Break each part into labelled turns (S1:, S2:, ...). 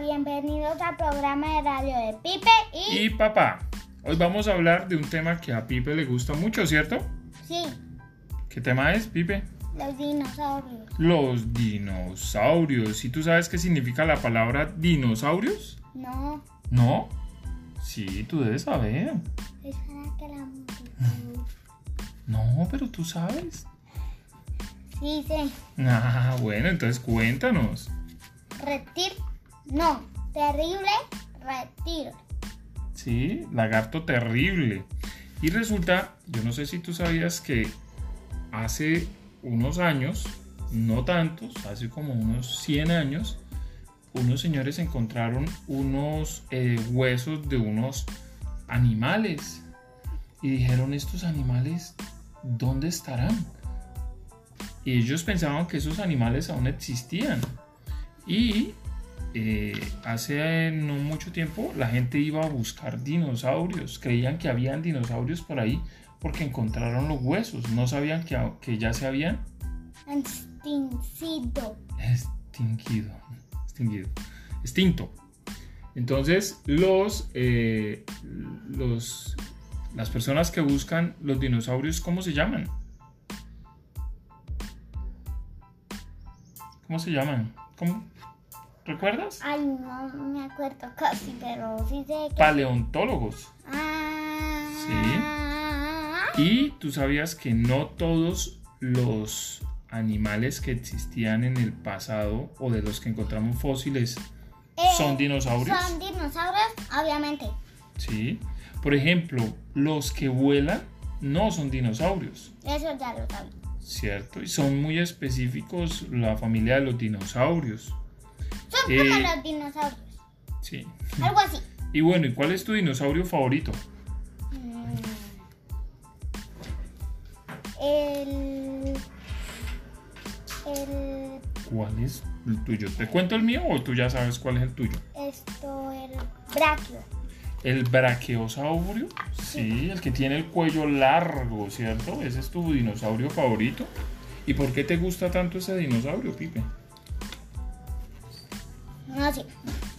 S1: bienvenidos al programa de radio de Pipe y...
S2: Y papá, hoy vamos a hablar de un tema que a Pipe le gusta mucho, ¿cierto?
S1: Sí,
S2: ¿Qué tema es, Pipe?
S1: los dinosaurios.
S2: Los dinosaurios. ¿Y tú sabes qué significa la palabra dinosaurios?
S1: No,
S2: ¿No? Sí, tú debes saber.
S1: es para que la multitud.
S2: No, pero tú sabes.
S1: Sí, sí.
S2: Ah, bueno, entonces cuéntanos.
S1: Reptil, no. Terrible, reptil.
S2: Sí, lagarto terrible. Y resulta, yo no sé si tú sabías que hace unos años, no tantos, hace como unos 100 años, unos señores encontraron unos eh, huesos de unos animales. Y dijeron, estos animales, ¿dónde estarán? Y ellos pensaban que esos animales aún existían. Y eh, hace no mucho tiempo la gente iba a buscar dinosaurios. Creían que habían dinosaurios por ahí porque encontraron los huesos. No sabían que, a- que ya se habían
S1: Extinguido.
S2: extinguido. Extinguido. Extinto. Entonces, los, eh, los, las personas que buscan los dinosaurios, ¿cómo se llaman? ¿Cómo se llaman? ¿Cómo? ¿Recuerdas?
S1: Ay, no me acuerdo casi, pero sí sé que...
S2: Paleontólogos.
S1: Ah.
S2: Y tú sabías que no todos los animales que existían en el pasado o de los que encontramos fósiles
S1: Eh,
S2: son dinosaurios.
S1: Son dinosaurios, obviamente.
S2: Sí. Por ejemplo, los que vuelan no son dinosaurios,
S1: Eso ya lo sabía.
S2: ¿cierto? Y son muy específicos la familia de los dinosaurios.
S1: Son
S2: Eh,
S1: como los dinosaurios.
S2: Sí.
S1: Algo así.
S2: Y bueno, ¿y cuál es tu dinosaurio favorito?
S1: Mm. El. El.
S2: ¿Cuál es el tuyo? ¿Te cuento el mío o tú ya sabes cuál es el tuyo?
S1: Esto, el braquio.
S2: El brachiosaurio, sí, el que tiene el cuello largo, ¿cierto? Ese es tu dinosaurio favorito. ¿Y por qué te gusta tanto ese dinosaurio, Pipe?
S1: No sé.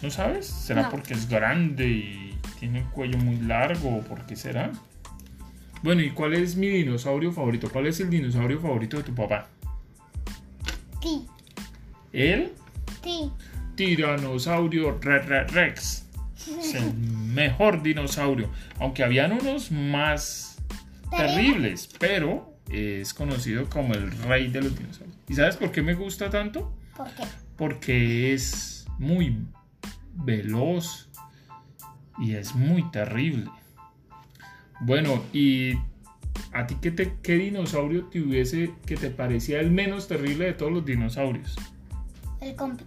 S2: ¿No sabes? ¿Será
S1: No.
S2: porque es grande y tiene el cuello muy largo o por qué será? Bueno, ¿y cuál es mi dinosaurio favorito? ¿Cuál es el dinosaurio favorito de tu papá?
S1: Sí,
S2: El
S1: sí.
S2: tiranosaurio Re- Re- rex. Es el mejor dinosaurio. Aunque habían unos más terribles, pero es conocido como el rey de los dinosaurios. ¿Y sabes por qué me gusta tanto?
S1: ¿Por qué?
S2: Porque es muy veloz y es muy terrible. Bueno, ¿y a ti qué, te- qué dinosaurio te hubiese que te parecía el menos terrible de todos los dinosaurios?
S1: El compi.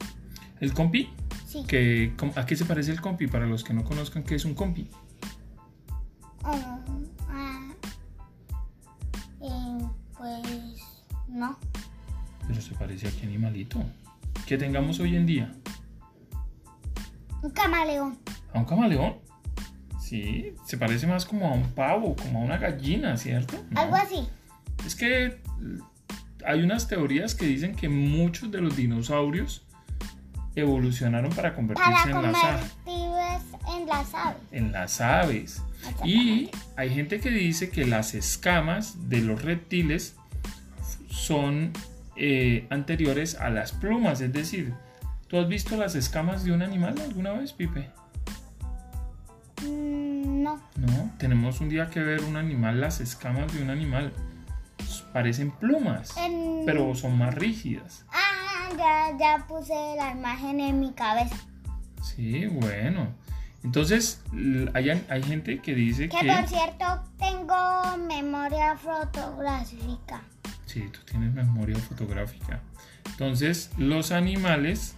S2: ¿El compi?
S1: Sí.
S2: que com- ¿A qué se parece el compi? Para los que no conozcan, ¿qué es un compi?
S1: Um, ah. Eh, pues. No.
S2: Pero se parece a qué animalito. Que tengamos hoy en día.
S1: Un camaleón.
S2: ¿A un camaleón? Sí, se parece más como a un pavo, como a una gallina, ¿cierto? No.
S1: Algo así.
S2: Es que eh, hay unas teorías que dicen que muchos de los dinosaurios evolucionaron para convertirse
S1: Para
S2: en las, a-
S1: convertirlos en las aves.
S2: en las aves. Y hay gente que dice que las escamas de los reptiles son eh, anteriores a las plumas. Es decir, ¿tú has visto las escamas de un animal alguna vez, Pipe?
S1: Mm, no.
S2: No, tenemos un día que ver un animal, las escamas de un animal. Parecen plumas,
S1: En-
S2: pero son más rígidas.
S1: Ah, ya, ya puse la imagen en mi cabeza.
S2: Sí, bueno. Entonces, l- hay, hay gente que dice
S1: Que
S2: que...
S1: por cierto, tengo memoria fotográfica.
S2: Sí, tú tienes memoria fotográfica. Entonces, los animales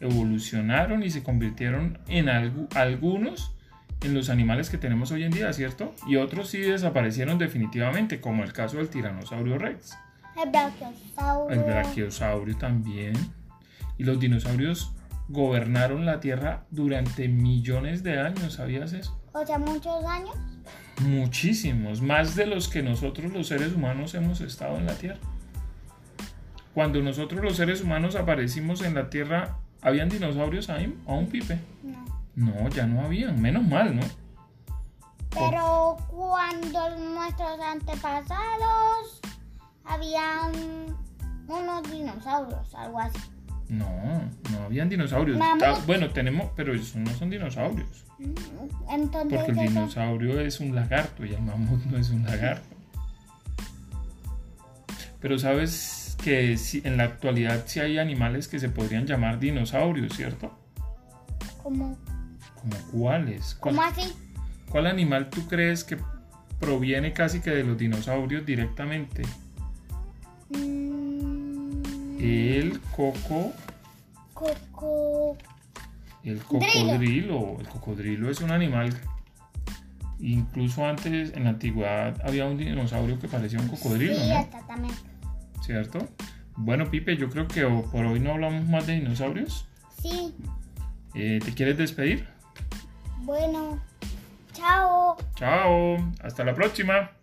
S2: evolucionaron y se convirtieron en algu- algunos en los animales que tenemos hoy en día, ¿cierto? Y otros sí desaparecieron definitivamente, como el caso del tiranosaurio rex,
S1: El brachiosaurio.
S2: el brachiosaurio también. Y los dinosaurios gobernaron la Tierra durante millones de años, ¿sabías eso?
S1: O sea, muchos años.
S2: Muchísimos, más de los que nosotros los seres humanos hemos estado en la Tierra. Cuando nosotros los seres humanos aparecimos en la Tierra ¿Habían dinosaurios ahí? ¿Aún, Pipe?
S1: No.
S2: No, ya no habían. Menos mal, ¿no?
S1: Pero cuando nuestros antepasados habían unos dinosaurios, algo así.
S2: No, no habían dinosaurios.
S1: Mamut.
S2: Ah, bueno, tenemos, pero esos no son dinosaurios.
S1: Entonces,
S2: Porque el
S1: eso-
S2: dinosaurio es un lagarto y el mamut no es un lagarto. Pero sabes que sí- en la actualidad sí hay animales que se podrían llamar dinosaurios, ¿cierto?
S1: ¿cómo,
S2: ¿Como cuáles? ¿Cuál,
S1: cómo así?
S2: cuál animal tú crees que proviene casi que de los dinosaurios directamente?
S1: Mm,
S2: El coco,
S1: coco.
S2: el cocodrilo. El cocodrilo es un animal. Incluso antes, en la antigüedad, había un dinosaurio que parecía un cocodrilo,
S1: Sí,
S2: ¿no?
S1: exactamente.
S2: ¿cierto? Bueno, Pipe, yo creo que o- por hoy no hablamos más de dinosaurios.
S1: Sí,
S2: Eh, ¿Te quieres despedir?
S1: bueno. Chao.
S2: Chao, hasta la próxima.